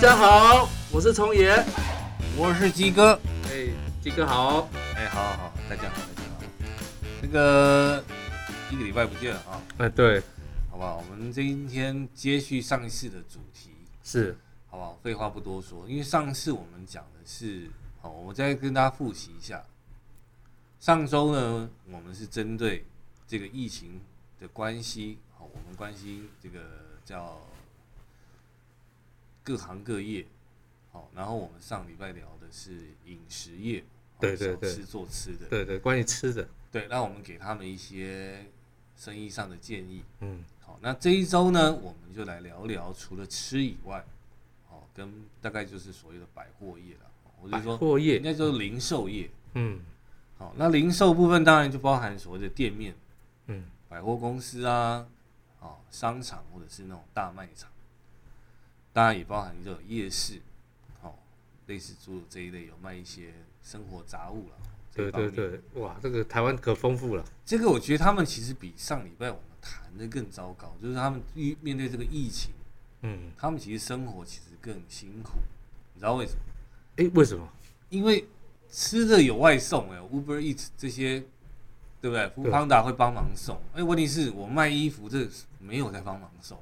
家好，我是聪爷。我是鸡哥。哎，鸡哥好。哎，好好好，大家好，大家好。啊那个一个礼拜不见了啊，哎，对，好不好？我们今天接续上一次的主题，是，好不好？废话不多说，因为上次我们讲的是，好，我再跟大家复习一下。上周呢，我们是针对这个疫情的关系，好，我们关心这个叫各行各业，好，然后我们上礼拜聊的是饮食业，好对对小对吃做吃的，对对，关于吃的，对，那我们给他们一些生意上的建议。嗯，好，那这一周呢，我们就来聊聊除了吃以外，哦，跟大概就是所谓的百货业了，嗯我百是说，货应业，该就是零售业。嗯好，那零售部分当然就包含所谓的店面、嗯，百货公司啊，哦，商场或者是那种大卖场，当然也包含这种夜市，哦，类似诸如这一类有卖一些生活杂物了。对这一方对面对，哇，这个台湾可丰富了，这个我觉得他们其实比上礼拜我们谈的更糟糕，就是他们遇面对这个疫情，嗯，他们其实生活其实更辛苦，你知道为什么？哎，为什么？因为吃的有外送哎、u b e r Eats 这些，对不对？Food Panda 会帮忙送，哎、问题是我卖衣服这没有在帮忙送，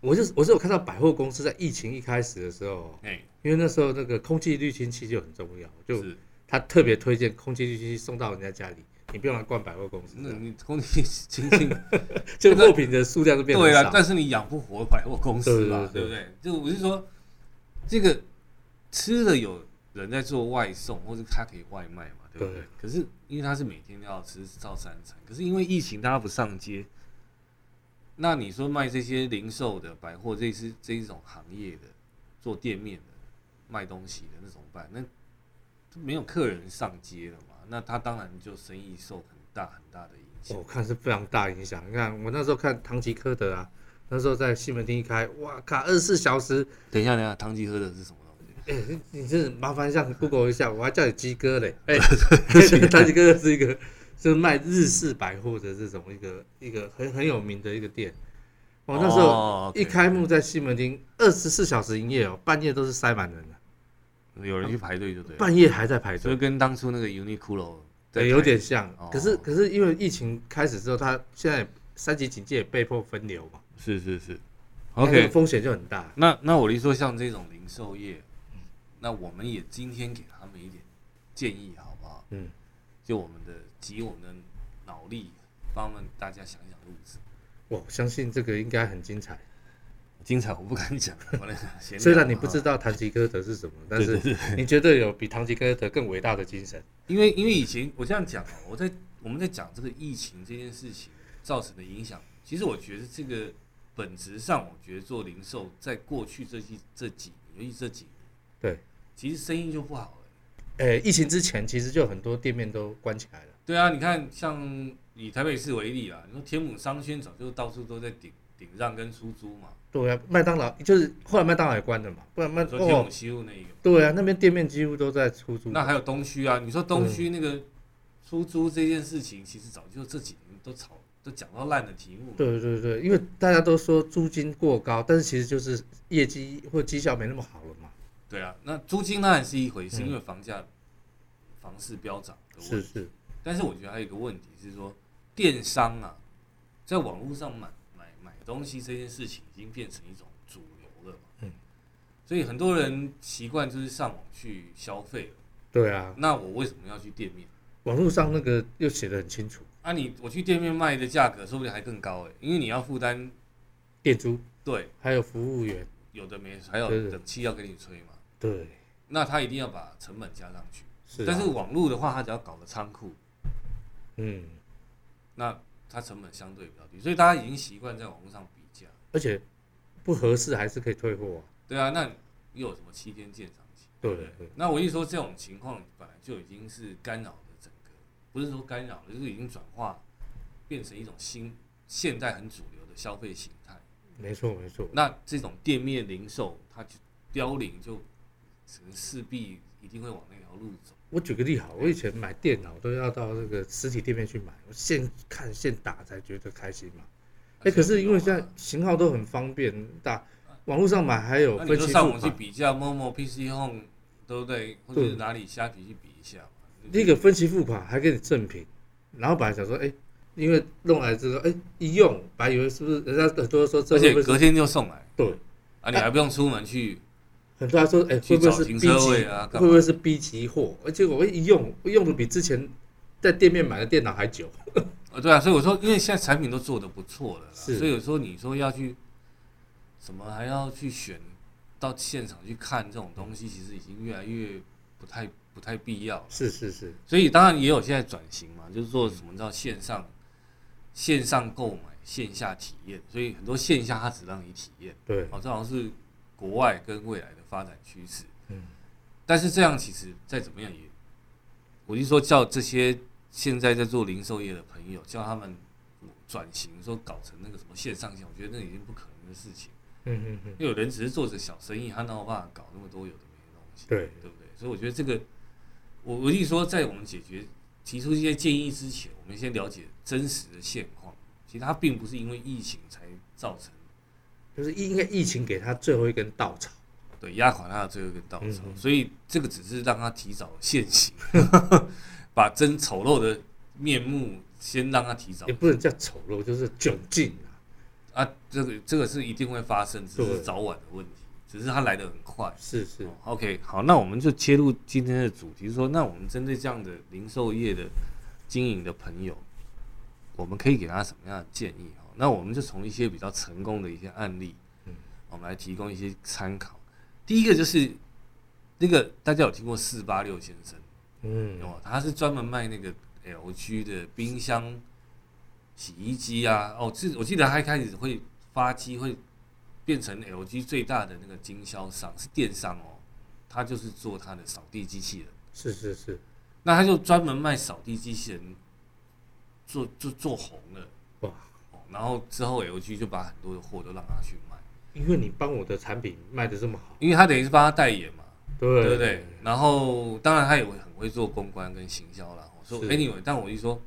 我是我是有看到百货公司在疫情一开始的时候，哎、因为那时候那个空气滤清器就很重要，就是他特别推荐空气滤清器送到人家家里，你不用来逛百货公司，那你空气清净，这那个货品的数量就变得对很了少，。但是你养不活百货公司吧，对对对不对？就我是说，这个吃的有人在做外送，或者他可以外卖嘛，对不对？对可是因为他是每天要吃照三餐，可是因为疫情大家不上街，那你说卖这些零售的百货这是这一种行业的做店面的卖东西的那怎么办？那就没有客人上街了嘛，那他当然就生意受很大很大的影响。我哦看是非常大影响。你看，我那时候看唐吉诃德啊，那时候在西门町一开，哇靠，二十四小时，等一下，等一下，汤鸡喝的是什么东西？哎、你你真的麻烦一下 Google 一下，我还叫你鸡哥嘞。 哎、 欸，唐吉诃德是一个就是卖日式百货的这种一个一个很很有名的一个店。我哦那时候候一开幕在西门町，二十四小时营业哦，半夜都是塞满人的，有人去排队就对了，半夜还在排所以队，跟当初那个 Uniqlo 在对，有点像。哦可是可是因为疫情开始之后，他现在三级警戒也被迫分流嘛排是是是那个，OK。风险就很大。那那我就说像这种零售业，那我们也今天给他们一点建议好不好？嗯，就我们的集我们的脑力，帮我们大家想想路子。我相信这个应该很精彩。精彩我不敢讲， 我来闲聊虽然你不啊知道唐吉诃德是什么，但对是你绝对有比唐吉诃德更伟大的精神。因为因为以前我这样讲哦，我在我们在讲这个疫情这件事情造成的影响，其实我觉得这个本质上，我觉得做零售在过去这几这几年，尤其这几年，对，其实生意就不好了。呃，疫情之前其实就很多店面都关起来了。对啊，你看像以台北市为例啦，你说天母商圈早就到处都在顶顶让跟出租嘛，对啊，麦当劳就是后来麦当劳也关了嘛，不然麦你说天哦母，西路那一个，对啊，那边店面几乎都在出租。那还有东区啊，你说东区那个出租这件事情，其实早就这几年都吵都讲到烂的题目了。对对对，因为大家都说租金过高，但是其实就是业绩或绩效没那么好了嘛。对啊，那租金当然是一回事，因为房价、房市飙涨的问嗯是题。是，但是我觉得还有一个问题是说，电商啊，在网络上买买买东西这件事情已经变成一种主流了嘛。嗯。所以很多人习惯就是上网去消费了。对啊，那我为什么要去店面？网络上那个又写的很清楚，啊你，我去店面卖的价格说不定还更高诶，欸因为你要负担店租对还有服务员，有的没还有对对冷气要给你吹嘛，对，那他一定要把成本加上去。是啊、但是网络的话，他只要搞个仓库，嗯。那它成本相对比较低，所以大家已经习惯在网络上比价。而且不合适还是可以退货、啊。对啊，那又有什么七天鉴赏期？对不对那我一说这种情况，本来就已经是干扰了整个，不是说干扰了，就是已经转化变成一种新现代很主流的消费形态。没错没错，那这种店面零售，它就凋零，就只能势必一定会往那条路走。我举个例好，我以前买电脑都要到那个实体店面去买，我现哎啊看现打才觉得开心嘛。哎、可是因为现在型号都很方便，打网络上买还有那你分就期上付网去款，比较某某 PC Home，对不对？或者是哪里虾皮去比一下嘛。第一个分期付款还给你赠品，然后本来想说，哎、因为弄来之后，哎、一用，本来以为是不是人家很多说这而会且不会隔是哎天就送来对，啊，你还不用出门去很多人说，哎、会去不会找是 B 停级，车位啊干嘛会不会是 B 级货？而且我一用，用的比之前在店面买的电脑还久。呃，对啊，所以我说，因为现在产品都做的不错了啦，是所以有时候你说要去什么还要去选到现场去看这种东西，其实已经越来越不太不太必要了。是是是，所以当然也有现在转型嘛，就是做什么叫线上线上购买、线下体验，所以很多线下它只让你体验，对，哦，这好像是国外跟未来的发展趋势。嗯，但是这样其实再怎么样也，我就说叫这些现在在做零售业的朋友，叫他们转型，说搞成那个什么线上线，我觉得那已经不可能的事情。嗯嗯嗯，因为有人只是做着小生意，他哪有办法搞那么多有的没的东西，对，对不对？所以我觉得这个，我我一说，在我们解决提出一些建议之前，我们先了解真实的现况。其实它并不是因为疫情才造成就是应该疫情给他最后一根稻草。对，压垮他的最后一根稻草。嗯嗯所以这个只是让他提早现形， 把真丑陋的面目先让他提早也不能叫丑陋，就是窘境啊。啊，这个这个是一定会发生，只是对早晚的问题，只是他来的很快。是是哦，OK，好，那我们就切入今天的主题，说那我们针对这样的零售业的经营的朋友，我们可以给他什么样的建议？哦，那我们就从一些比较成功的一些案例，嗯我们来提供一些参考。第一个就是那个大家有听过四八六先生嗯，哦，他是专门卖那个 LG 的冰箱、洗衣机啊。哦，这我记得他一开始会发机，会变成 LG 最大的那个经销商，是电商哦。他就是做他的扫地机器人，是是是，那他就专门卖扫地机器人，做做做红了。哇！哦，然后之后 LG 就把很多的货都让他去卖，因为你帮我的产品卖的这么好，因为他等于是帮他代言嘛。对对不对？然后当然他也会很会做公关跟行销啦。我说是 anyway，但我就说，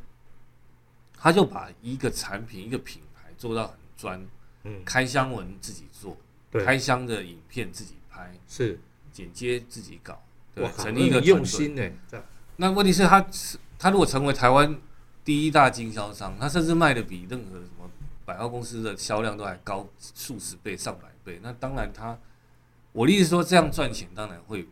他就把一个产品一个品牌做到很专，嗯，开箱文自己做，对开箱的影片自己拍，是，剪接自己搞，对哇吧，靠，成立一个那你用团队。心呢，欸这样那问题是他是他如果成为台湾第一大经销商，他甚至卖的比任何什么百货公司的销量都还高数十倍、上百倍。那当然他，我的意思说这样赚钱当然会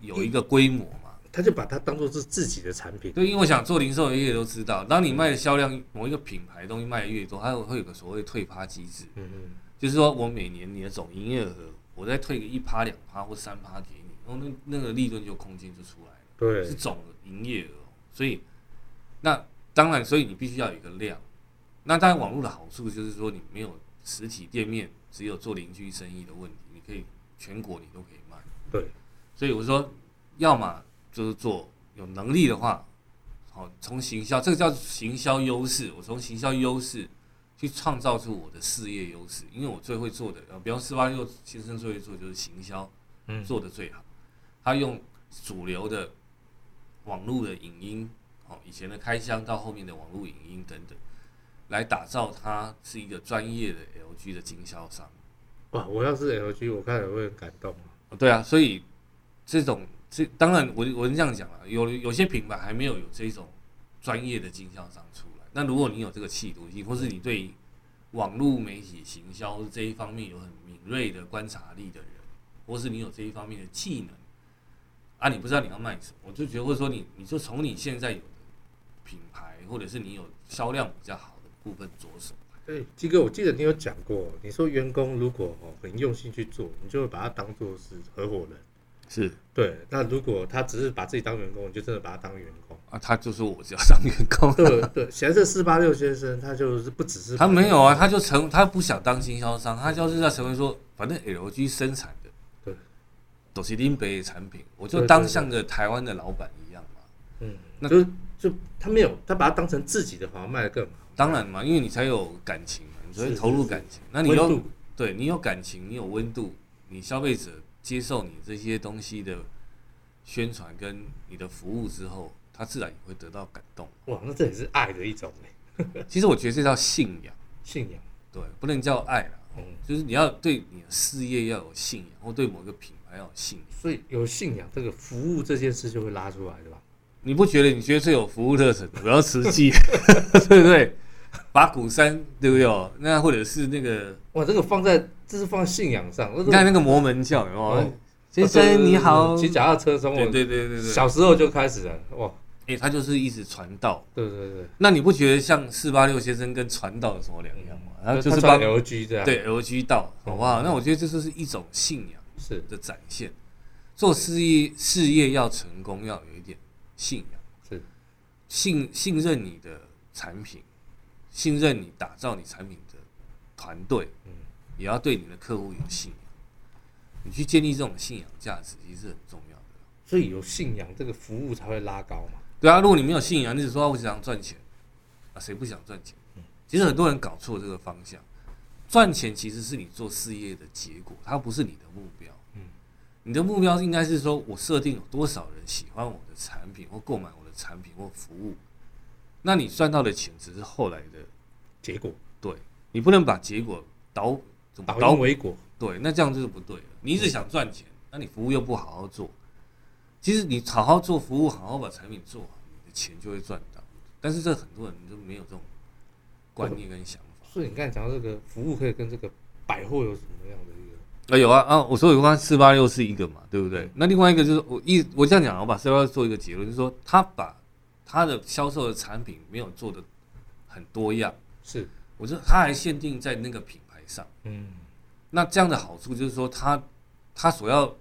有一个规模嘛。他就把它当做是自己的产品，对，因为我想做零售的业都知道，当你卖的销量某一个品牌东西卖的越多，它会有个所谓退趴机制，嗯嗯，就是说我每年你的总营业额，我再退个一趴、两趴或三趴给你，然后那那个利润就空间就出来了。是对，总营业额哦，所以那当然，所以你必须要有一个量。那当然，网络的好处就是说，你没有实体店面，只有做邻居生意的问题，你可以全国你都可以卖。对，所以我说，要么就是做有能力的话，好，从行销这个叫行销优势，我从行销优势去创造出我的事业优势，因为我最会做的，呃，比方四八六先生最会做就是行销，嗯做的最好。他用主流的网络的影音，哦，以前的开箱到后面的网络影音等等，来打造他是一个专业的 LG 的经销商。哇，我要是 LG，我看了会很感动啊，哦对啊，所以这种这当然我我是这样讲了，有有些品牌还没有有这种专业的经销商出来。那如果你有这个气度，或是你对网络媒体行销这一方面有很敏锐的观察力的人，或是你有这一方面的技能，啊，你不知道你要卖什么，我就觉得或者说你你就从你现在有的品牌，或者是你有销量比较好的部分着手。对，鸡哥，我记得你有讲过，你说员工如果哦很用心去做，你就会把他当做是合伙人，是对，那如果他只是把自己当员工，你就真的把他当员工。啊，他就说我只要当员 工。对对，显然这四八六先生他就是不只是他没有啊，，他就成他不想当经销商，他就是要成为说，反正 LG 生产的对都是林北的产品，我对就对当对像个台湾的老板一样嘛。嗯，那就就他没有，他把它当成自己的，好像卖的更好。当然嘛，因为你才有感情嘛，你才会是投入是感情。那你温有度对你有感情，你有温度，你消费者接受你这些东西的宣传跟你的服务之后，他自然也会得到感动。哇，那这也是爱的一种欸其实我觉得这叫信仰。信仰。对，不能叫爱啦，嗯，就是你要对你的事业要有信仰，或对某个品牌要有信仰。所以有信仰，这个服务这件事就会拉出来，对吧？你不觉得你觉得最有服务热忱的，比较实 际，对不对？把古山对不对哦？那或者是那个，哇，这个放在这是放在信仰上，你看那个摩门教有没有？哦先生你好，骑脚踏车从对我对对对对，小时候就开始了，哇，哎、他就是一直传道。对对对，那你不觉得像四八六先生跟传道有什么两样吗？然后就是穿帮 LG 这样，，嗯对 LG 道，好不好？那我觉得这就是一种信仰。是的展现。做事业事业要成功，要有一点信仰，是信信任你的产品，信任你打造你产品的团队，嗯也要对你的客户有信仰。你去建立这种信仰价值，其实很重要的。所以有信仰，这个服务才会拉高嘛。对啊，如果你没有信仰，你只说啊我只想赚钱，啊谁不想赚钱？其实很多人搞错这个方向，赚钱其实是你做事业的结果，它不是你的目标。嗯你的目标应该是说我设定有多少人喜欢我的产品或购买我的产品或服务，那你赚到的钱只是后来的，结果对你不能把结果导怎么导因为果，对，那这样就是不对了。你一直想赚钱，那你服务又不好好做，其实你好好做服务，好好把产品做好，你的钱就会赚到。但是这很多人就没有这种观念跟想法。所以你刚才讲到这个服务可以跟这个百货有什么样的一个啊、有啊啊，我说有关四八六是一个嘛，啊对不对？那另外一个就是我一我这样讲，啊我把四八六做一个结论，就是说他把他的销售的产品没有做的很多样，是我觉得他还限定在那个品牌上。嗯那这样的好处就是说他，他所要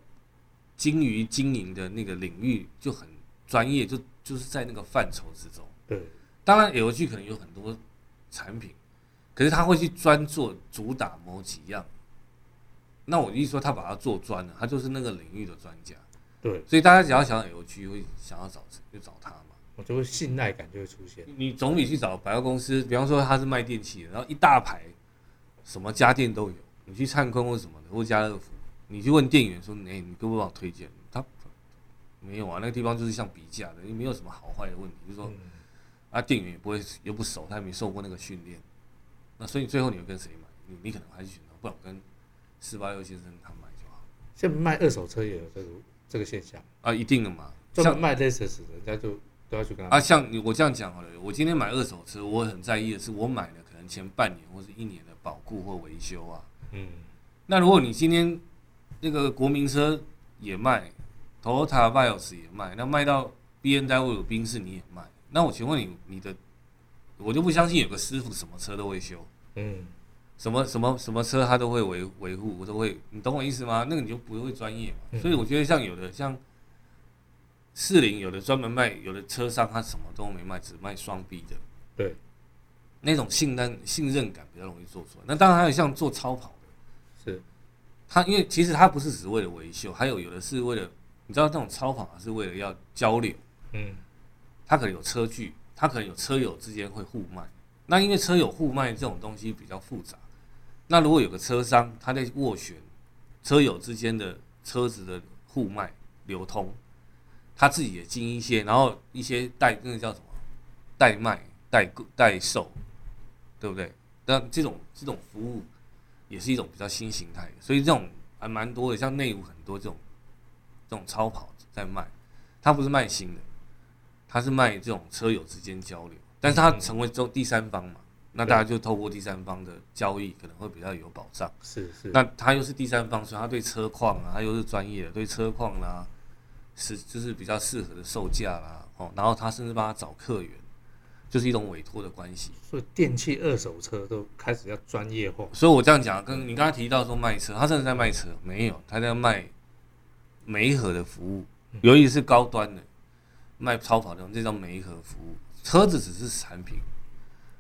精于经营的那个领域就很专业，就就是在那个范畴之中。对当然，LG 可能有很多产品，可是他会去专做主打某几样。那我一说他把它做专了，他就是那个领域的专家。对，所以大家只要想到 LG，会想要找谁就找他嘛。我就会信赖感就会出现，你总比去找百货公司，比方说他是卖电器的，然后一大排什么家电都有，你去灿坤或什么的，或家乐福，你去问店员说，哎、你给我帮我推荐？他没有啊，那个地方就是像比价的，你没有什么好坏的问题，就是说、嗯啊，店员也不会又不熟，他也没受过那个训练，那所以最后你会跟谁买？你你可能还是选择，不然我跟四八六先生他买就好现在卖二手车也有这个这个现象，啊，一定的嘛，专像门卖 Lexus 的人家就都要去跟他啊，像你我这样讲好了，我今天买二手车，我很在意的是，我买了可能前半年或是一年的保固或维修啊。嗯那如果你今天那个国民车也卖，Toyota Vios 也卖，那卖到 B N W 宾士你也卖，那我请问你，你的我就不相信有个师傅什么车都会修，嗯什么什么什么车他都会维维护，我都会，你懂我意思吗？那个你就不会专业嘛。嗯所以我觉得像有的像四零，有的专门卖，有的车商他什么都没卖，只卖双 B 的，对那种信任信任感比较容易做出来。那当然还有像做超跑的，是他因为其实他不是只为了维修，还有有的是为了你知道那种超跑是为了要交流，嗯他可能有车距，他可能有车友之间会互卖。那因为车友互卖这种东西比较复杂，那如果有个车商他在斡旋车友之间的车子的互卖流通，他自己也进一些，然后一些代那个叫什么代卖、代购、代售，对不对？那这种这种服务也是一种比较新形态的，所以这种还蛮多的，像内务很多这种这种超跑在卖，它不是卖新的，它是卖这种车友之间交流，但是它成为中第三方嘛，那大家就透过第三方的交易可能会比较有保障。是是那他又是第三方，所以他对车况啊，他又是专业的，对车况啦、啊是就是比较适合的售价啦、哦，然后他甚至帮他找客源，就是一种委托的关系。所以电器二手车都开始要专业化，所以我这样讲，跟你刚刚提到说卖车，他真的在卖车，没有，他在卖媒合的服务，尤其是高端的卖超跑的，这叫媒合服务，车子只是产品。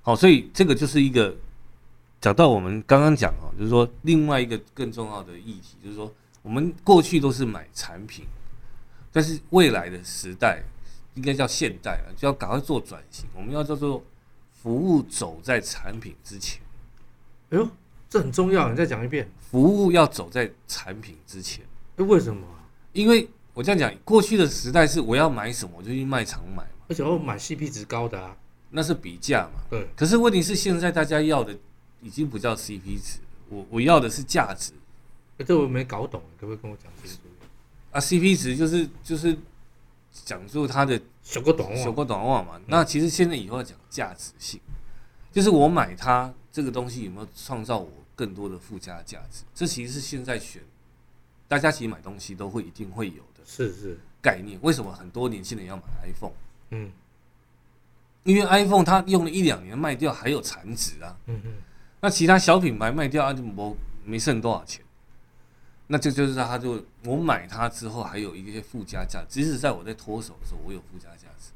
好，所以这个就是一个讲到我们刚刚讲哦，就是说另外一个更重要的议题，就是说我们过去都是买产品，但是未来的时代应该叫现代了，就要赶快做转型，我们要叫做服务走在产品之前。哎呦，这很重要，你再讲一遍，服务要走在产品之前，哎，为什么啊？因为我这样讲，过去的时代是我要买什么我就去卖场买嘛，而且我买 CP 值高的啊，那是比价嘛。对，可是问题是现在大家要的已经不叫 CP 值，我我要的是价值欸这我没搞懂，可不可以跟我讲清楚？啊，CP 值就是就是讲述它的小个懂小啊，过短袜嘛。那其实现在以后要讲价值性，就是我买它这个东西有没有创造我更多的附加价值？这其实是现在选大家其实买东西都会一定会有的是是，概念。为什么很多年轻人要买 iPhone？嗯因为 iPhone 它用了一两年卖掉还有残值啊。嗯嗯，那其他小品牌卖掉啊，就没没剩多少钱。那这就是它就我买它之后还有一些附加价，值，即使在我在脱手的时候，我有附加价值，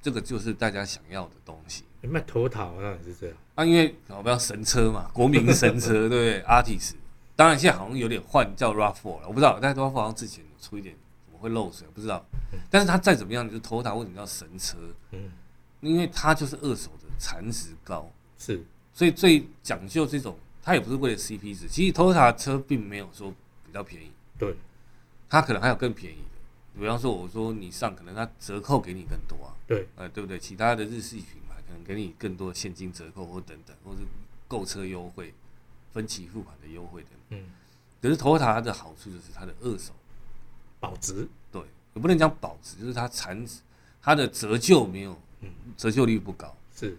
这个就是大家想要的东西。你卖头套那你是这样，啊，因为我们要神车嘛，国民神车，对不对？Artis，当然现在好像有点换叫 Rav4 了，我不知道，但 Rav4 好像之前出一点怎么会漏水，不知道。但是它再怎么样，就是 Toyota 为什么叫神车？嗯，因为它就是二手的残值高，是所以最讲究这种，它也不是为了 CP 值。其实 Toyota 车并没有说比较便宜，对，它可能还有更便宜的。比方说，我说你上，可能它折扣给你更多啊，对，呃，对不对？其他的日系品牌可能给你更多的现金折扣或等等，或是购车优惠、分期付款的优惠等等。嗯，可是 Toyota 它的好处就是它的二手，保值，对，也不能讲保值，就是它残值，它的折旧没有，折旧率不高。是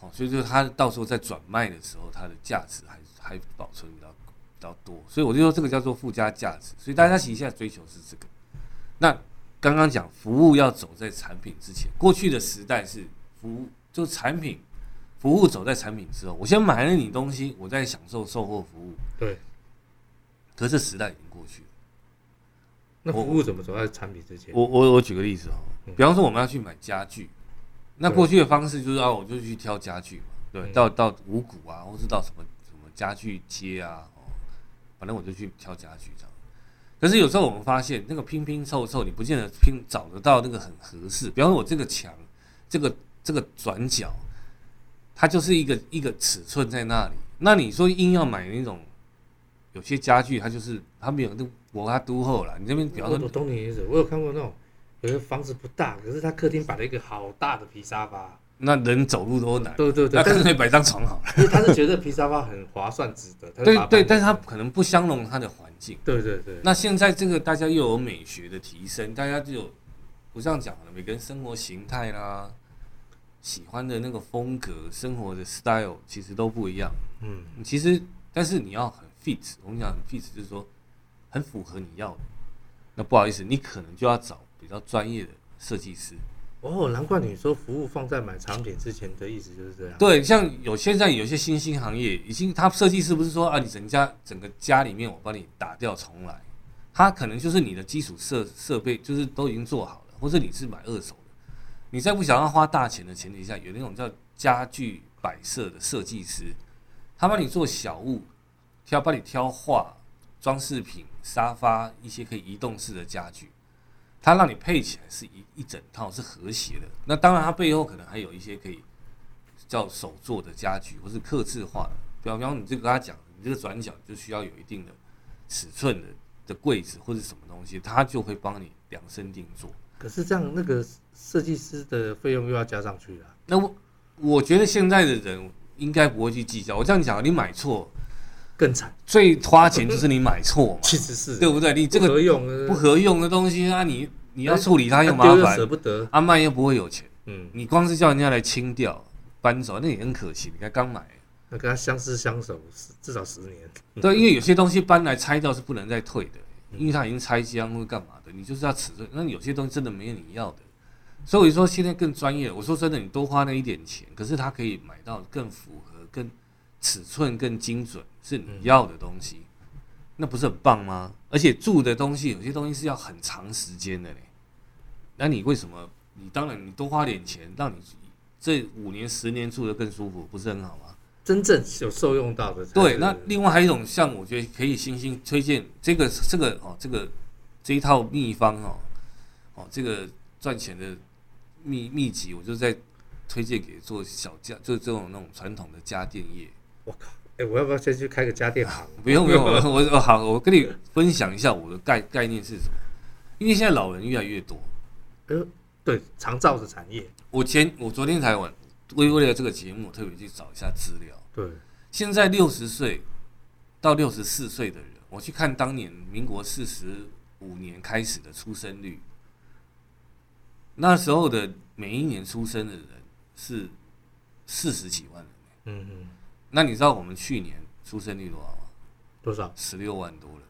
哦，所以就是它到时候在转卖的时候，它的价值还还保存比较比较多，所以我就说这个叫做附加价值。所以大家其实现在追求是这个。那刚刚讲服务要走在产品之前，过去的时代是服务就产品服务走在产品之后，我先买了你东西，我再享受售后服务。对。可是这时代已经过去了。那服务怎么走在产品之前？我我我举个例子哦，比方说我们要去买家具，那对过去的方式就是啊，我就去挑家具嘛，对，到到五谷啊，或是到什么什么家具街啊，哦，反正我就去挑家具这样。可是有时候我们发现那个拼拼凑凑，你不见得拼找得到那个很合适。比方说我这个墙，这个这个转角，它就是一个一个尺寸在那里。那你说硬要买那种有些家具，它就是它没有那我它都后了，你这边比方我说我懂你意思，我有看过那种，有的房子不大，可是他客厅摆了一个好大的皮沙发，那人走路都难，对对对那，但干是脆摆张床好了。因为他是觉得皮沙发很划算，值得。他就对把它对，搬但是它可能不相容它的环境。对对对，那现在这个大家又有美学的提升，大家就有不这样讲了，每个人生活形态啦，喜欢的那个风格、生活的 style 其实都不一样。嗯，其实，但是你要很 fit，我们讲很 fit 就是说很符合你要的。那不好意思，你可能就要找比较专业的设计师。哦，难怪你说服务放在买产品之前的意思就是这样。对，像有现在有些新兴行业，已经他设计师不是说啊，你整家整个家里面我帮你打掉重来，他可能就是你的基础设设备就是都已经做好了，或者你是买二手的，你在不想要花大钱的前提下，有那种叫家具摆设的设计师，他帮你做小物，挑帮你挑画、装饰品、沙发一些可以移动式的家具。它让你配起来是一一整套是和谐的，那当然它背后可能还有一些可以叫手做的家具，或是刻制化的。比方，比方你这个跟他讲，你这个转角就需要有一定的尺寸的的柜子或者什么东西，他就会帮你量身定做。可是这样那个设计师的费用又要加上去了。那我我觉得现在的人应该不会去计较。我这样讲，你买错更惨，最花钱就是你买错嘛，其实是对不对？你这不个合用呃不合用的东西啊，你你要处理它又啊麻丢又烦舍，不得，阿曼又不会有钱，嗯，你光是叫人家来清掉搬走，那也很可惜。你才刚买。那跟他相思相守十至少十年，对，因为有些东西搬来拆掉是不能再退的，因为它已经拆箱或干嘛的，你就是要尺寸。那有些东西真的没有你要的，所以我就说现在更专业了。我说真的，你多花那一点钱，可是它可以买到更符合、更尺寸、更精准是你要的东西，那不是很棒吗？而且住的东西有些东西是要很长时间的嘞，那你为什么？你当然你多花点钱，让你这五年、十年住的更舒服，不是很好吗？真正有受用到的才是。对，那另外还有一种像，我觉得可以新兴推荐这个这个哦，这个这一套秘方哦，哦，这个赚钱的秘秘籍，我就在推荐给做小家，就这种那种传统的家电业。哎，我要不要先去开个家电行？不用 不用，我我我好，我跟你分享一下我的概概念是什么，因为现在老人越来越多。哎呦，对，长照的产业，我前我昨天才玩，为为了这个节目，我特别去找一下资料。对，现在六十岁到六十四岁的人，我去看当年民国四十五年开始的出生率，那时候的每一年出生的人是四十几万人。嗯嗯，那你知道我们去年出生率多少吗？多少？十六万多人。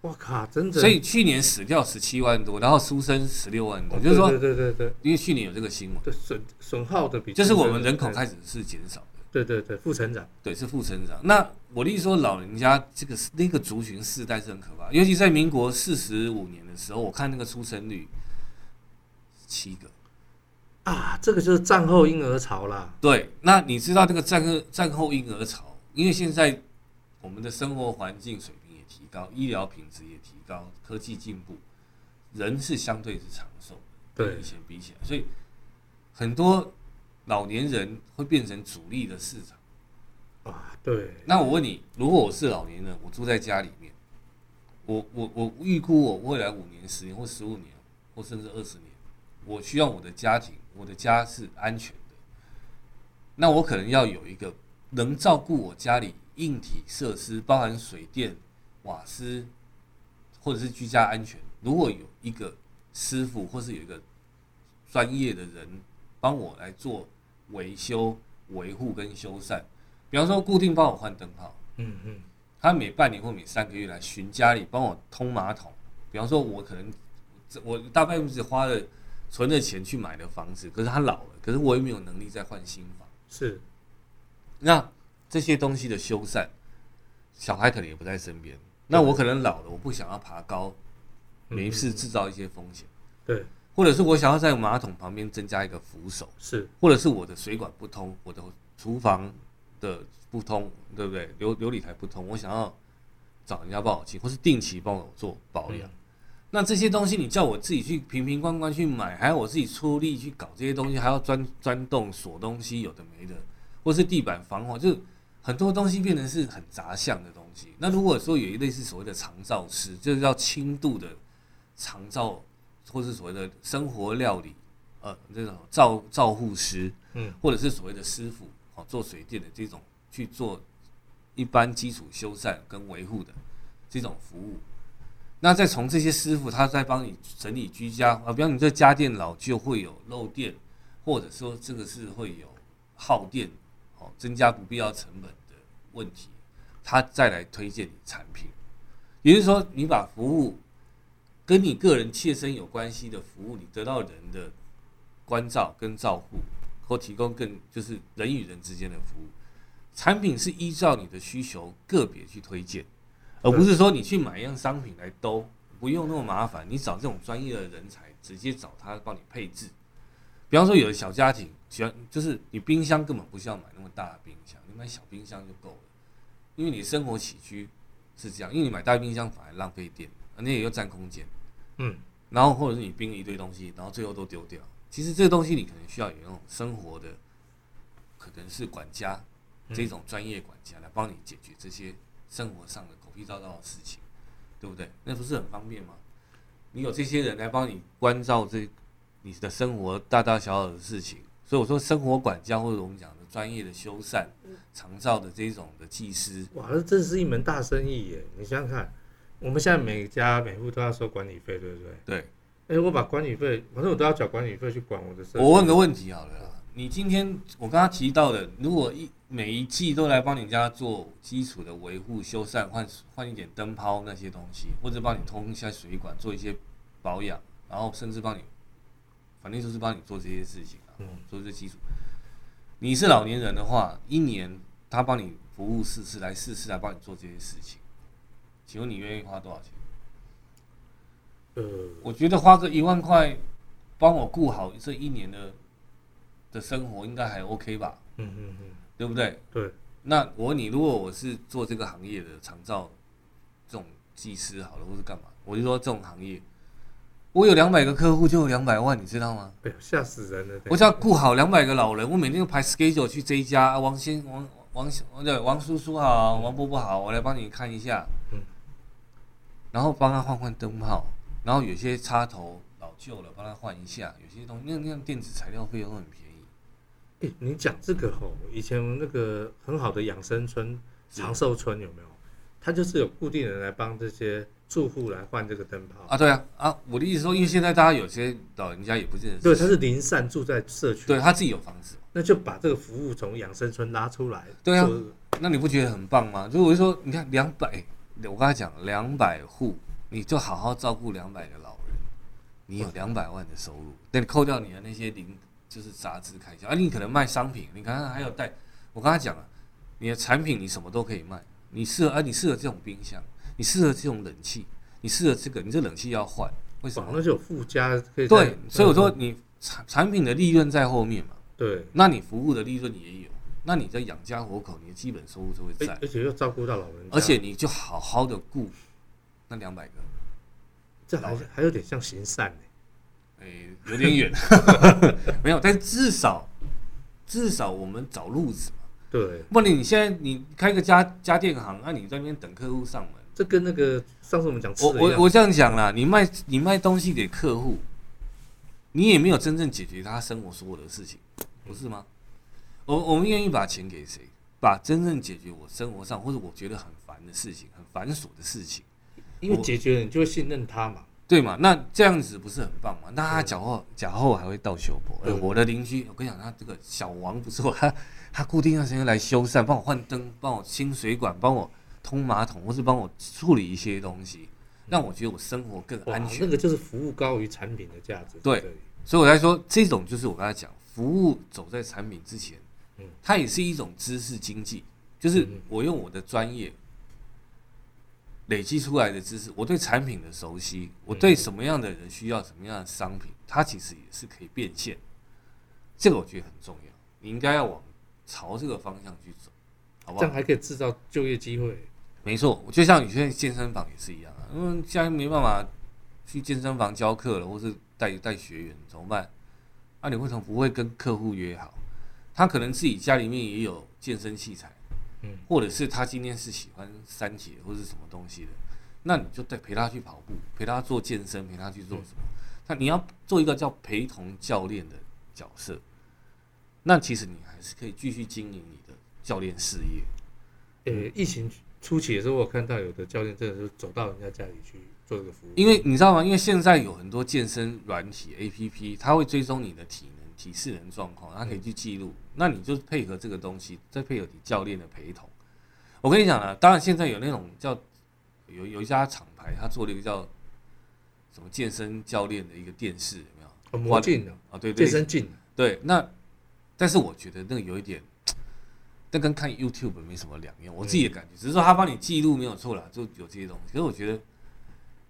我靠，真的。所以去年死掉十七万多，然后出生十六万多，哦，就是说，对对对对因为去年有这个新闻，对，损损耗的比就是我出们生的人口开始是减少的，对对对负成长，对，是负成长。那我的意思说，老人家这个那个族群世代是很可怕，尤其在民国四十五年的时候，我看那个出生率七个，啊，这个就是战后婴儿潮啦。对，那你知道这个战后战后婴儿潮，因为现在我们的生活环境水平也提高，医疗品质也提高，科技进步，人是相对是长寿的，对跟以前比起来，所以很多老年人会变成主力的市场。啊，对，那我问你，如果我是老年人，我住在家里面，我我我预估我未来五年、十年或十五年，或甚至二十年，我需要我的家庭、我的家是安全的。那我可能要有一个能照顾我家里硬体设施，包含水电、瓦斯，或者是居家安全。如果有一个师傅，或是有一个专业的人帮我来做维修、维护跟修缮，比方说固定帮我换灯泡，嗯嗯，他每半年或每三个月来巡家里，帮我通马桶。比方说，我可能我大半辈子花了存了钱去买的房子，可是他老了，可是我也没有能力再换新房。是那这些东西的修缮，小孩可能也不在身边。那我可能老了，我不想要爬高，没事制造一些风险，嗯对，或者是我想要在马桶旁边增加一个扶手。是或者是我的水管不通，我的厨房的不通，对不对？流流理台不通，我想要找人家帮我清，或是定期帮我做保养。那这些东西你叫我自己去瓶瓶罐罐去买，还要我自己出力去搞这些东西，还要钻钻洞锁东西，有的没的，或是地板防滑，就是很多东西变成是很杂项的东西。那如果说有一类是所谓的长照师，就是要轻度的长照，或是所谓的生活料理，呃，这种照照护师，嗯，或者是所谓的师傅，哦，做水电的这种去做一般基础修缮跟维护的这种服务。那再从这些师傅，他在帮你整理居家啊，比方你这家电老旧会有漏电，或者说这个是会有耗电，哦，增加不必要成本的问题，他再来推荐你产品。也就是说，你把服务跟你个人切身有关系的服务，你得到人的关照跟照顾，或提供更就是人与人之间的服务。产品是依照你的需求个别去推荐，而不是说你去买一样商品来兜，不用那么麻烦。你找这种专业的人才，直接找他帮你配置。比方说，有的小家庭喜欢，就是你冰箱根本不需要买那么大的冰箱，你买小冰箱就够了，因为你生活起居是这样，因为你买大冰箱反而浪费电，而且又占空间。嗯，然后或者是你冰了一堆东西，然后最后都丢掉。其实这个东西你可能需要有那种生活的，可能是管家这种专业管家来帮你解决这些生活上的狗屁叨叨的事情，对不对？那不是很方便吗？你有这些人来帮你关照这你的生活大大小小的事情，所以我说生活管家或者我们讲的专业的修缮、长照的这种的技师，哇，这真是一门大生意耶！你想想看，我们现在每家每户都要收管理费，对不对？对。哎，我把管理费，反正我都要缴管理费去管我的社区。我问个问题好了啦，你今天我刚刚提到的，如果一每一季都来帮你家做基础的维护、修缮、换换一点灯泡那些东西，或者帮你通一下水管，做一些保养，然后甚至帮你，反正就是帮你做这些事情啊，做这些基础。你是老年人的话，一年他帮你服务四次，来四次来帮你做这些事情，请问你愿意花多少钱？呃，我觉得花个一万块帮我顾好这一年的的生活，应该还 OK 吧，嗯嗯嗯，对不对？对，那我问你，如果我是做这个行业的长照这种技师好了，或是干嘛？我就说这种行业，我有两百个客户就有两百万，你知道吗？哎呦，吓死人了！我只要顾好两百个老人，我每天都排 schedule 去这一家，啊王先王王王对王叔叔好，王伯伯好，我来帮你看一下，嗯然后帮他换换灯泡，然后有些插头老旧了，帮他换一下，有些东西那那样电子材料费用都很便宜，哎、你讲这个吼，以前那个很好的养生村、是长寿村有没有？它就是有固定人来帮这些住户来换这个灯泡。啊，对啊啊，我的意思说，因为现在大家有些老人家也不见得对，它是零散住在社区，对他自己有房子，那就把这个服务从养生村拉出来。对啊做那你不觉得很棒吗？就是我就说，你看两百，我刚才讲两百户，你就好好照顾两百个老人，你有两百万的收入，但你扣掉你的那些零，就是杂志开销，啊，你可能卖商品，你刚刚还有带，我刚才讲了，你的产品你什么都可以卖，你适合啊，你适合这种冰箱，你适合这种冷气，你适合这个，你这冷气要换，为什哇，么？那就有附加可以在。对，所以我说嗯你产产品的利润在后面嘛，对，那你服务的利润也有，那你在养家活口，你的基本收入就会在哎而。而且又照顾到老人家，而且你就好好的顾那两百个，这还还有点像行善呢、诶、哎有点远，没有，但至少至少我们找路子嘛。对，不然你现在你开个家家电行，那、你在那边等客户上门。这跟那个上次我们讲吃我的一我样，我这样讲啦，你卖你卖东西给客户，你也没有真正解决他生活所有的事情，不是吗？我我们愿意把钱给谁？把真正解决我生活上或者我觉得很烦的事情、很繁琐的事情。因为解决了你就会信任他嘛。对嘛？那这样子不是很棒嘛？那他脚后脚后还会到修补。哎对我的邻居，我跟你讲，他这个小王不错， 他他固定段时间来修缮，帮我换灯，帮我清水管，帮我通马桶，或是帮我处理一些东西，让我觉得我生活更哇安，全那。个就是服务高于产品的价值。对这里，所以我才说，这种就是我刚才讲，服务走在产品之前嗯，它也是一种知识经济，就是我用我的专业累积出来的知识，我对产品的熟悉，我对什么样的人需要什么样的商品，它其实也是可以变现。这个我觉得很重要，你应该要往朝这个方向去走，好不这样好？还可以制造就业机会。没错，就像你现在健身房也是一样啊，因为现在没办法去健身房教课了，或是带带学员怎么办？啊，你为什么不会跟客户约好？他可能自己家里面也有健身器材，嗯，或者是他今天是喜欢三铁或是什么东西的，那你就带陪他去跑步，陪他做健身，陪他去做什么？那你要做一个叫陪同教练的角色，那其实你还是可以继续经营你的教练事业。呃、嗯疫情初期的时候，我看到有的教练真的是走到人家家里去做这个服务。因为你知道吗？因为现在有很多健身软体 APP，它会追踪你的体能、体适能状况，它可以去记录。那你就配合这个东西，再配合你教练的陪同。我跟你讲啊，当然现在有那种叫有有一家厂牌，它做了一个叫什么健身教练的一个电视，有没有？哦魔镜啊，啊，对对健，身镜啊，对，那但是我觉得那个有一点，那跟看 YouTube 没什么两样，我自嗯己的感觉，只是说他帮你记录没有错啦，就有这些东西。可是我觉得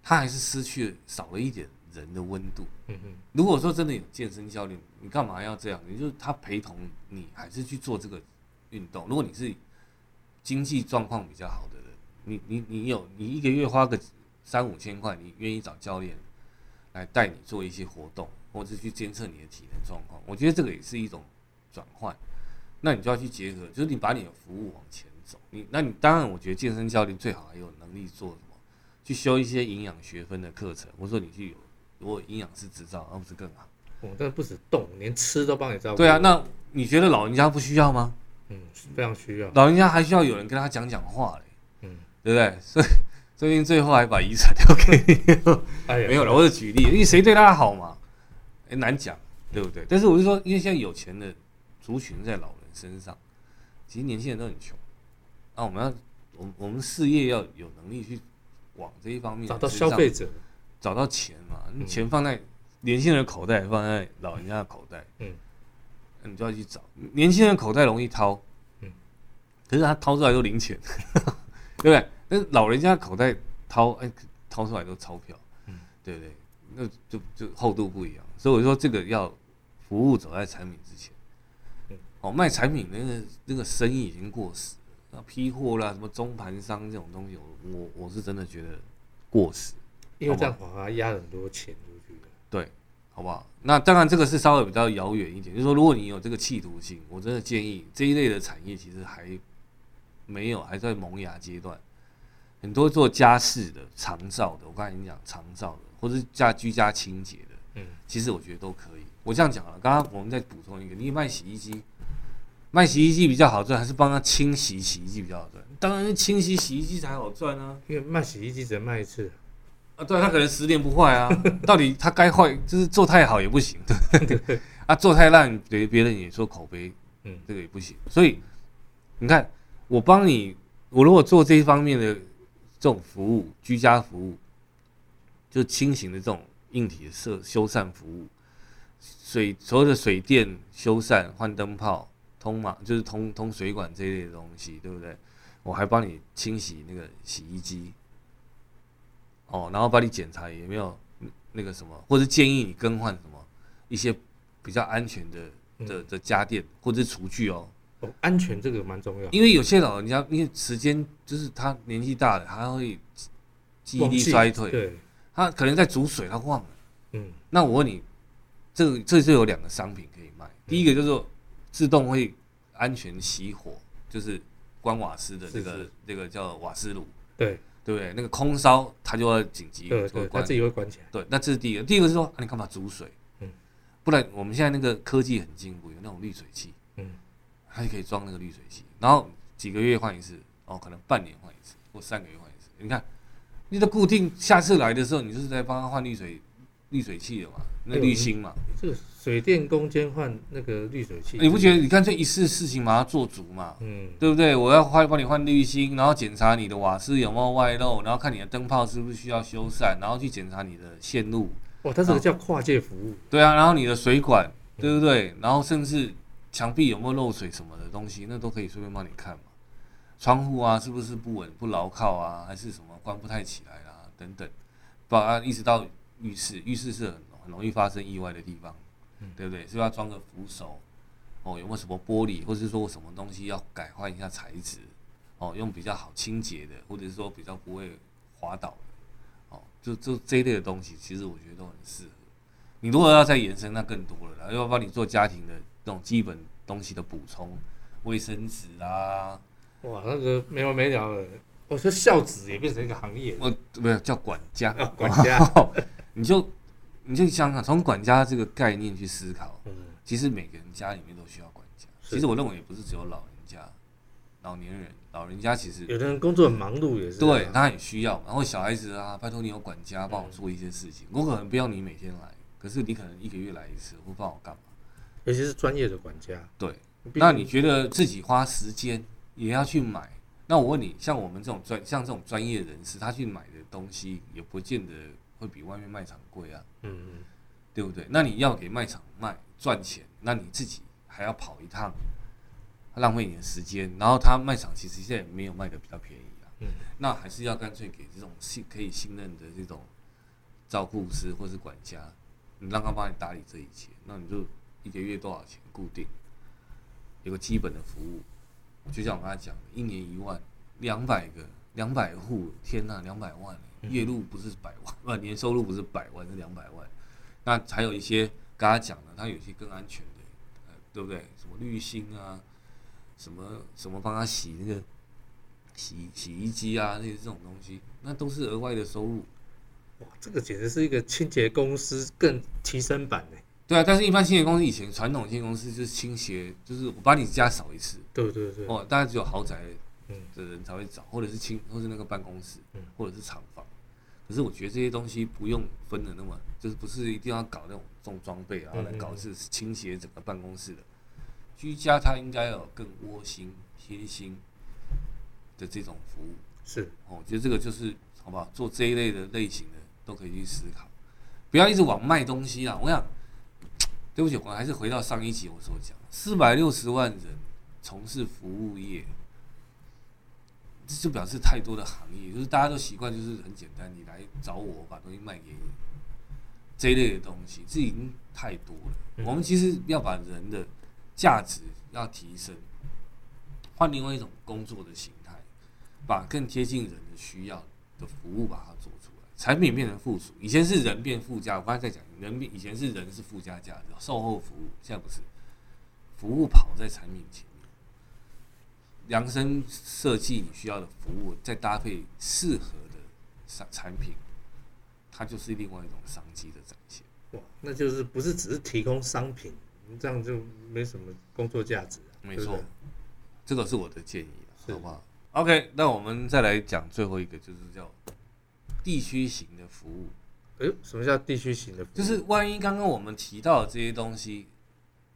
他还是失去了少了一点人的温度。嗯哼，如果说真的有健身教练，你干嘛要这样？你就是他陪同你，还是去做这个运动。如果你是经济状况比较好的人，你你你有你一个月花个三五千块，你愿意找教练来带你做一些活动，或者去监测你的体能状况，我觉得这个也是一种转换。那你就要去结合，就是你把你的服务往前走。你那你当然，我觉得健身教练最好还有能力做什么，去修一些营养学分的课程，或者说你去有如果营养师执照，那不是更好？我哦但不止动，连吃都帮你照顾。对啊，，那你觉得老人家不需要吗？嗯，非常需要。老人家还需要有人跟他讲讲话嘞，嗯，对不对？所以最近最后还把遗产留给你，哎呀，没有了，我是举例，因为谁对他好嘛，哎，难讲，对不对？但是我是说，因为现在有钱的族群在老人身上，其实年轻人都很穷，那、我们要，我们我们事业要有能力去往这一方面找到身上消费者，找到钱嘛，嗯钱放在年轻人的口袋，放在老人家的口袋，嗯，那你就要去找。年轻人口袋容易掏，嗯，可是他掏出来都零钱， 对不对？但是老人家口袋掏，哎，掏出来都钞票，嗯，对不对？那就就厚度不一样，所以我说这个要服务走在产品之前嗯。哦，卖产品那个那个生意已经过时了，那批货啦，什么中盘商这种东西，我我我是真的觉得过时。因为这样反而压了很多钱出去了。对，好不好？那当然这个是稍微比较遥远一点，就是说如果你有这个企图心，我真的建议这一类的产业其实还没有，还在萌芽阶段。很多做家事的、长照的，我刚才已经讲长照的，或是家居家清洁的，嗯，其实我觉得都可以。我这样讲了，刚刚我们再补充一个，你卖洗衣机，卖洗衣机比较好赚，还是帮他清洗洗衣机比较好赚？当然是清洗洗衣机才好赚啊！因为卖洗衣机只能卖一次，啊，对啊，他可能十年不坏啊，到底他该坏就是做太好也不行，对啊，做太烂别别人也说口碑，嗯，这个也不行。所以你看，我帮你，我如果做这一方面的这种服务，居家服务，就轻型的这种硬体的设修缮服务，水所有的水电修缮、换灯泡、通马就是通通水管这一类的东西，对不对？我还帮你清洗那个洗衣机，哦，然后帮你检查有没有那个什么，或者建议你更换什么一些比较安全的嗯的的家电或者是厨具哦，哦，安全这个蛮重要，因为有些老人家因为时间就是他年纪大了，他会记忆忘力记衰退，对，他可能在煮水他忘了。嗯，那我问你，这个这就有两个商品可以卖，第一个就是说自动会安全熄火，就是关瓦斯的这个是是这个叫瓦斯炉，对，对不对？那个空烧它就要紧急对做对，他关自己会关起来，对，那这是第一个，第一个是说、啊、你干嘛煮水？嗯不然我们现在那个科技很进步，有那种滤水器，嗯，它就可以装那个滤水器，然后几个月换一次，哦，可能半年换一次，或三个月换一次。你看，你的固定下次来的时候，你就是在帮他换滤水滤水器的嘛，那对滤芯嘛，这个水电工兼换那个滤水器，你不觉得你干脆一次事情把它做足嘛，嗯，对不对？我要换帮你换滤芯，然后检查你的瓦斯有没有外漏，然后看你的灯泡是不是需要修缮，然后去检查你的线路，哇，他这啊个叫跨界服务，对啊，然后你的水管，对不对？然后甚至墙壁有没有漏水什么的东西，那都可以顺便帮你看嘛。窗户啊，是不是不稳不牢靠啊，还是什么关不太起来啊，等等。保安一直到浴室，浴室是很很容易发生意外的地方，对不对？是不是要装个扶手？哦，有没有什么玻璃，或是说什么东西要改换一下材质？哦，用比较好清洁的，或者是说比较不会滑倒的，哦，就就这一类的东西，其实我觉得都很适合。你如果要再延伸，那更多了啦，要帮你做家庭的那种基本东西的补充，卫生纸啊，哇，那个没完没了的，我说孝子也变成一个行业，我不是叫管家，啊管家，你就你就想想，从管家这个概念去思考，嗯，其实每个人家里面都需要管家。是其实我认为也不是只有老人家，老年人，老人家其 实有的人工作很忙碌也是啊，对他很需要嘛，然后小孩子啊，拜托你有管家嗯帮我做一些事情，我可能不要你每天来，可是你可能一个月来一次，或帮我干嘛？尤其是专业的管家，对，毕竟那你觉得自己花时间也要去买？那我问你，像我们这种专像这种专业人士，他去买的东西也不见得会比外面卖场贵啊，嗯，嗯对不对？那你要给卖场卖赚钱，那你自己还要跑一趟，浪费你的时间。然后他卖场其实现在也没有卖的比较便宜啊，嗯那还是要干脆给这种信可以信任的这种照顾师或是管家，你让他帮你打理这一切，那你就一个月多少钱固定，有个基本的服务，就像我刚才讲的，一年一万，两百个。两百户，天呐，两百万、月入不是百万，不、年收入不是百万，是两百万。那还有一些刚刚讲的，它有一些更安全的，呃，对不对？什么滤芯啊，什么什么帮他洗那个洗洗衣机啊，那些这种东西，那都是额外的收入。哇，这个简直是一个清洁公司更提升版呢，对啊，但是一般清洁公司以前传统清洁公司就是清洁，就是我把你家扫一次，对对对，哦，大概只有豪宅嗯的人才会找，或者是清，或是那个办公室嗯，或者是厂房。可是我觉得这些东西不用分的那么，就是不是一定要搞那种重装备啊，嗯来嗯搞是倾斜整个办公室的。居家它应该要有更窝心、贴心的这种服务。是，哦，我觉得这个就是好不好？做这一类的类型的都可以去思考，不要一直往卖东西啊。我想，对不起，我还是回到上一集我所讲，四百六十万人从事服务业，这就表示太多的行业，就是大家都习惯就是很简单，你来找我，我把东西卖给你这一类的东西，这已经太多了。嗯我们其实要把人的价值要提升，换另外一种工作的形态。把更贴近人的需要的服务把它做出来，产品变成附属。以前是人变附加，我刚才在讲人变，以前是人是附加价值，售后服务现在不是，服务跑在产品前面。量身设计你需要的服务，再搭配适合的产产品，它就是另外一种商机的展现。哇，那就是不是只是提供商品，这样就没什么工作价值啊，没对不错对，这个是我的建议啊，是好不好？OK，那我们再来讲最后一个，就是叫地区型的服务，哎呦，什么叫地区型的服务？就是万一刚刚我们提到的这些东西，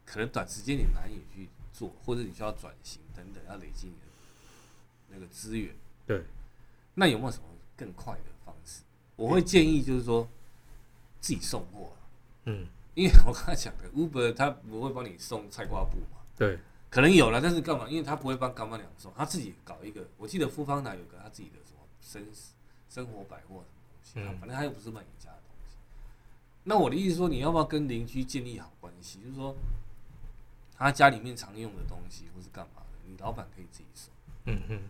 可能短时间你难以去做，或者你需要转型等等，要累积你的那个资源。对，那有没有什么更快的方式？我会建议就是说自己送货啊、嗯，因为我刚才讲的 Uber 它不会帮你送菜瓜布嘛，对，可能有了，但是干嘛？因为他不会帮干妈娘送，他自己搞一个。我记得富方达有个他自己的什么生生活百货什么东西，嗯反正他又不是卖你家的东西。那我的意思说，你要不要跟邻居建立好关系？就是说，他家里面常用的东西或是干嘛的，你老板可以自己送。嗯嗯，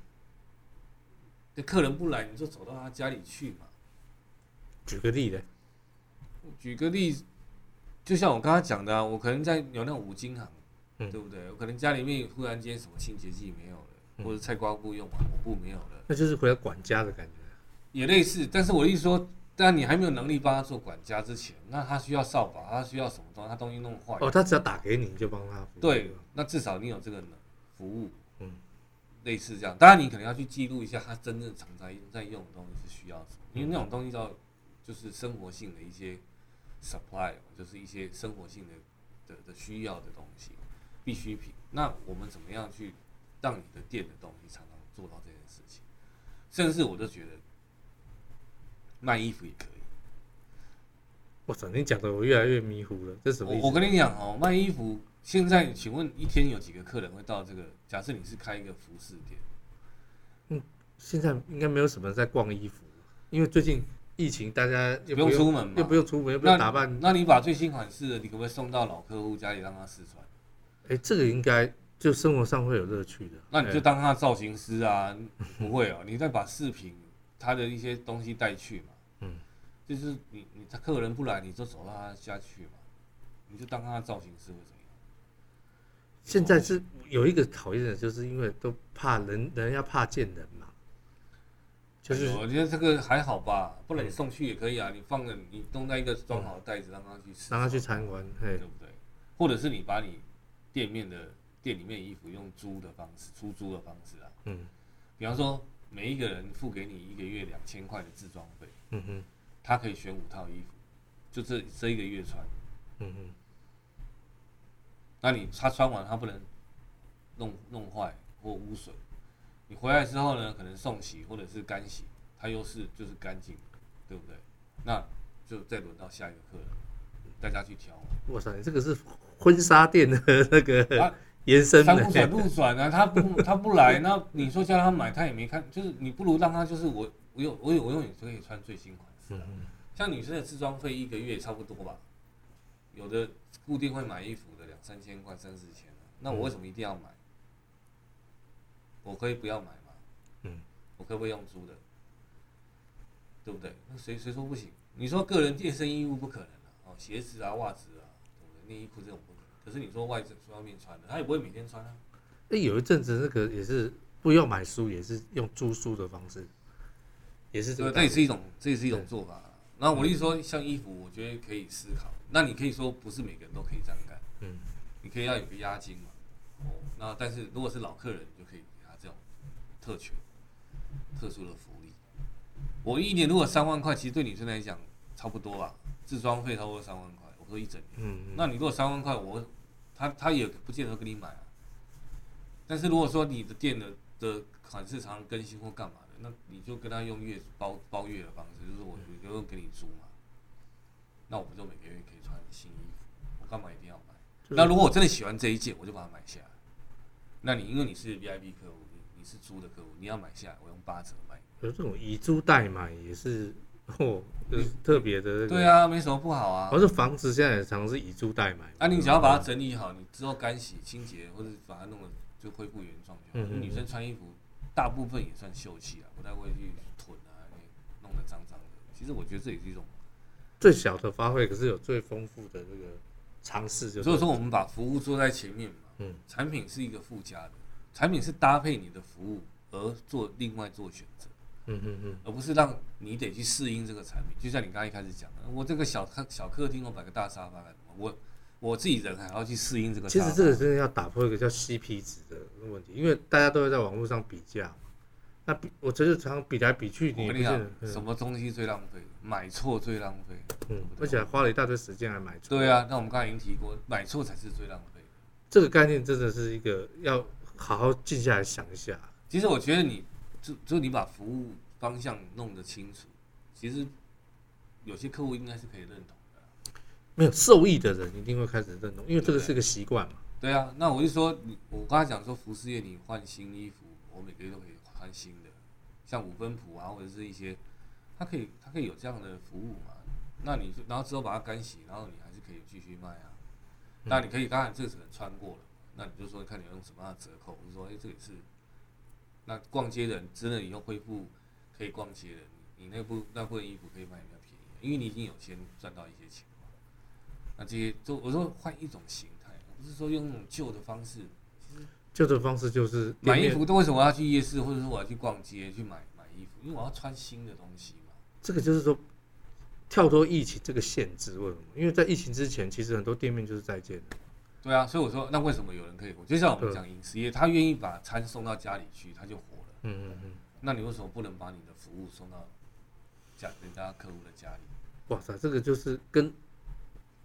那客人不来，你就走到他家里去嘛。举个例嘞，举个例子，就像我刚刚讲的、啊，我可能在有那种五金行，嗯对不对？我可能家里面忽然间什么清洁剂没有了，嗯或者菜瓜布用完，抹布没有了。那就是回到管家的感觉。也类似，但是我一说，当你还没有能力帮他做管家之前，那他需要扫把，他需要什么东西，他东西弄坏了，哦，他只要打给你，你就帮他服务。对，那至少你有这个能服务，嗯，类似这样。当然，你可能要去记录一下他真正常在在用的东西是需要什么，因为那种东西叫就是生活性的一些 supply，就是一些生活性的的的需要的东西，必需品。那我们怎么样去让你的店的东西常常做到这件事情？甚至我都觉得卖衣服也可以。我操，你讲的我越来越迷糊了，这什么意我我思？跟你讲哦，卖衣服现在，请问一天有几个客人会到这个？假设你是开一个服饰店，现在应该没有什么人在逛衣服，因为最近疫情，大家又不用出门嘛又不用出门，又不那用打扮。那你把最新款式的，你可不可以送到老客户家里让他试穿？哎，这个应该就生活上会有乐趣的。那你就哎当他的造型师啊，不会哦，你再把饰品他的一些东西带去嘛。嗯，就是你你他客人不来，你就走到他家去嘛，你就当他的造型师会怎么样？现在是有一个讨厌的，就是因为都怕人，人要怕见人嘛，就是哎呦我觉得这个还好吧，不然你送去也可以啊，你放着你弄在一个装好的袋子让他去试，让他去参观。哎嘿对，不对？或者是你把你店面的店里面的衣服用租的方式，出租的方式啊，嗯比方说每一个人付给你一个月两千块的自装费，嗯哼他可以选五套衣服，就这这一个月穿，嗯哼，那你他穿完他不能弄弄坏或污损，你回来之后呢，可能送洗或者是干洗，它又是就是干净的，对不对？那就再轮到下一个客人，大家去挑。哇塞，你这个是婚纱店 的那啊个延伸山不转的。路转啊，他不 他不来，那你说叫他买，他也没看，就是你不如让他就是我我有我有我永远可以穿最新款式、啊。嗯像女生的自装费一个月差不多吧，有的固定会买衣服的两三千块、三四千啊、那我为什么一定要买？我可以不要买吗？嗯，我可不可以用租的？对不对？那谁谁说不行？你说个人健身衣物不可能啊，哦，鞋子啊、袜子啊，对不对？内衣裤这种不可能。可是你说外外面穿的，他也不会每天穿啊。哎，有一阵子那个也是不用买书，也是用租书的方式，也是这对个，道那也理。是一种，这也是一种做法啦。那我的意思说，像衣服，我觉得可以思考。那你可以说，不是每个人都可以这样干。嗯，你可以要有个押金嘛。哦，那但是如果是老客人，你就可以给他这种特权、特殊的福利。我一年如果三万块，其实对女生来讲差不多吧，啊自装费差不多三万块，我说一整年。嗯嗯那你如果三万块，我他他也不见得给你买啊。但是如果说你的店的的款式常常更新或干嘛的，那你就跟他用月包包月的方式，就是我我就给你租嘛，那我不就每个月可以穿新衣服？我干嘛一定要买？就是那如果我真的喜欢这一件，我就把它买下来。那你因为你是 VIP 客户，你你是租的客户，你要买下来，我用八折卖。有这种以租代买也是哦，就是特别的那个。对，啊，没什么不好啊好。像房子现在也常是以租代买嘛。嗯啊，你只要把它整理好，你之后干洗、清洁或者把它弄得就恢复原状就好。嗯因为女生穿衣服大部分也算秀气啊，不太会去囤啊，弄得脏脏的。其实我觉得这也是一种，最小的发挥，可是有最丰富的这个尝试，就是所以说我们把服务做在前面嘛，嗯，产品是一个附加的，产品是搭配你的服务而做另外做选择。嗯嗯嗯，而不是让你得去适应这个产品。就像你刚刚一开始讲的，我这个小客小客厅，我摆个大沙发干什么？我我自己人还要去适应这个其大实麻。这个真的要打破一个叫 CP 值的问题，因为大家都会在网络上比价嘛。那比我真是常常比来比去，你我也跟不你见讲得，嗯什么东西最浪费？买错最浪费。嗯，而且还花了一大堆时间来买错。对啊，那我们刚才已经提过，买错才是最浪费。这个概念真的是一个要好好静下来想一下。其实我觉得你就就你把服务方向弄得清楚，其实有些客户应该是可以认同的。没有受益的人一定会开始认同，因为这个是个习惯嘛。对啊，那我就说，你我刚才讲说服饰业你换新衣服，我每个月都可以换新的，像五分谱啊，或者是一些，它可以它可以有这样的服务嘛？那你就然后之后把它干洗，然后你还是可以继续卖啊。那你可以刚才这个可能穿过了，那你就说看你要用什么样的折扣，我就说哎、这也是，那逛街的人真的以后恢复可以逛街的，你你那部那部分衣服可以卖比较便宜，因为你已经有先赚到一些钱嘛。那这些就我说换一种形态，我不是说用那种旧的方式旧的方式就是买衣店面，服，但为什么我要去夜市，或者说我要去逛街去买买衣服？因为我要穿新的东西嘛。这个就是说跳脱疫情这个限制，为什么？因为在疫情之前，其实很多店面就是在建的，对啊，所以我说，那为什么有人可以活？就像我们对讲饮食业，他愿意把餐送到家里去，他就活了。嗯嗯嗯，那你为什么不能把你的服务送到家人家客户的家里？ 哇塞，这个就是跟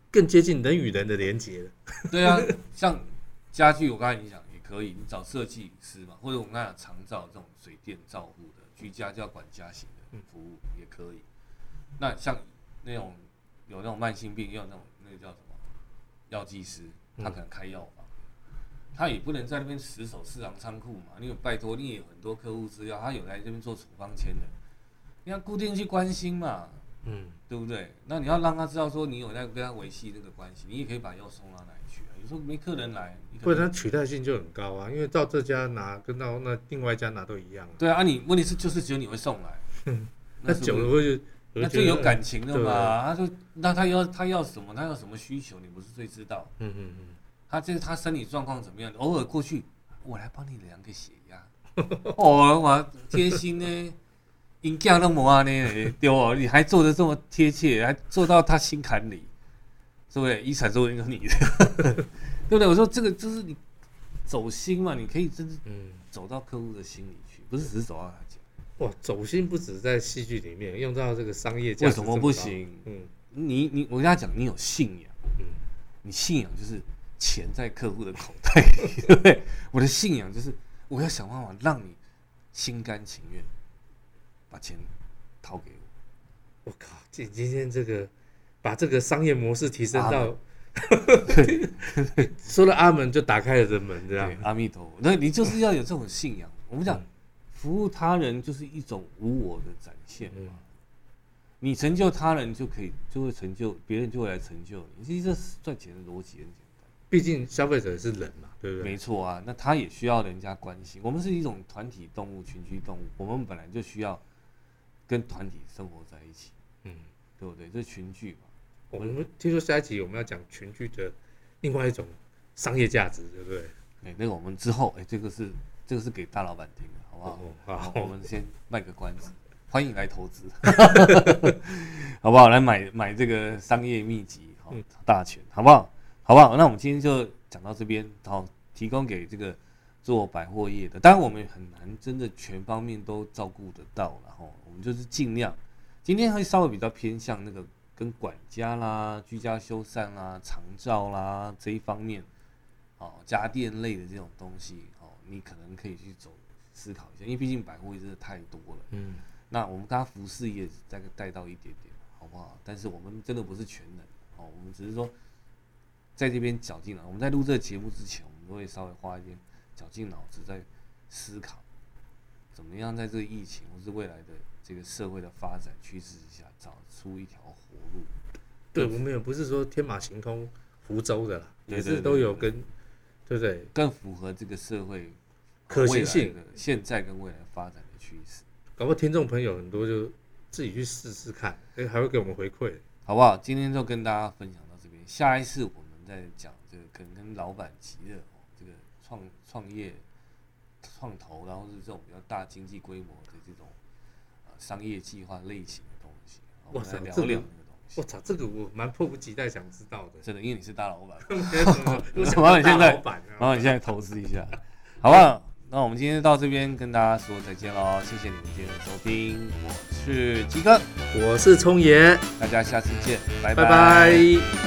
更接近人与人的连接了。对啊，像家具，我刚才已经讲也可以，你找设计师嘛，或者我们刚才讲长照这种水电照护的居家就要管家型的服务也可以。那像那种有那种慢性病，也有那种那个叫什么药剂师，他可能开药房，他也不能在那边死守市场仓库嘛。你有拜托，你也有很多客户资料，他有来这边做处方签的，你要固定去关心嘛。嗯，对不对？那你要让他知道说你有在跟他维系这个关系，你也可以把药送到哪里去啊。有时候没客人来，你不可然能它取代性就很高啊，因为到这家拿跟到那另外一家拿都一样啊。对啊，啊你问题是就是只有你会送 来，那是不久了是会就那最有，我感情的对嘛。他就那他要他要什么，他要什么需求，你不是最知道。就觉得嗯嗯嗯，他这个他身体状况怎么样？偶尔过去，我来帮你量个血压。 哦，我贴心呢， 因囝都无安尼丢哦，你还做的这么贴切，还做到他心坎里，是不是？遗产说应该是你的， 对不对？我说这个就是你走心嘛，你可以真是嗯，走到客户的心里去，不是只是走到他家。哇，走心不止在戏剧里面用到这个商业价值，为什么不？行？嗯你你我跟他讲，你有信仰，嗯，你信仰就是钱在客户的口袋里， 对不对？我的信仰就是我要想办法让你心甘情愿把钱掏给我我。靠，今今天这个把这个商业模式提升到， 说了阿门就打开了人门，这样对，阿弥陀佛，那你就是要有这种信仰。我们讲嗯服务他人就是一种无我的展现，嗯你成就他人就可以，就会成就别人，就会来成就你。其实这是赚钱的逻辑很简单。毕竟消费者是人嘛，对不对？没错啊，那他也需要人家关心。我们是一种团体动物、群居动物，我们本来就需要跟团体生活在一起，嗯，对不对？这是群聚嘛。我们听说下一集我们要讲群居的另外一种商业价值，对不对？哎，那个我们之后，哎，这个是这个是给大老板听的，好不好？哦好我们先卖个关子，欢迎来投 资，好不好？来买买这个商业秘籍，好、嗯大全，好不好？好不好？那我们今天就讲到这边，好、提供给这个做百货业的，当然我们很难真的全方面都照顾得到，然后我们就是尽量，今天会稍微比较偏向那个跟管家啦、居家修缮啦、长照啦这一方面。哦，家电类的这种东西，哦，你可能可以去走思考一下，因为毕竟百货业真的太多了。嗯，那我们刚刚服饰业再带到一点点，好不好？但是我们真的不是全能哦，我们只是说在这边绞尽脑。我们在录这个节目之前，我们都会稍微花一点绞尽脑汁在思考，怎么样在这个疫情或是未来的这个社会的发展趋势之下，找出一条活路。对，我们也不是说天马行空湖州的啦，对也对是对都有跟，对不对？更符合这个社会可行性未来的现在跟未来发展的趋势，搞不好听众朋友很多就自己去试试看，哎，还会给我们回馈。好不好？今天就跟大家分享到这边，下一次我们再讲这个可能跟老板级的哦，这个创创业、创投，然后是这种比较大经济规模的这种呃商业计划类型的东西，我哇们来塞聊这个聊这个东西。我操，这个我蛮迫不及待想知道 的。真的，因为你是大老板，我想完了现在当老板然啊，后你现在投资一下，好不好？那我们今天就到这边跟大家说再见喽，谢谢你们今天的收听，我是鸡哥，我是聪爷，大家下次见，拜拜拜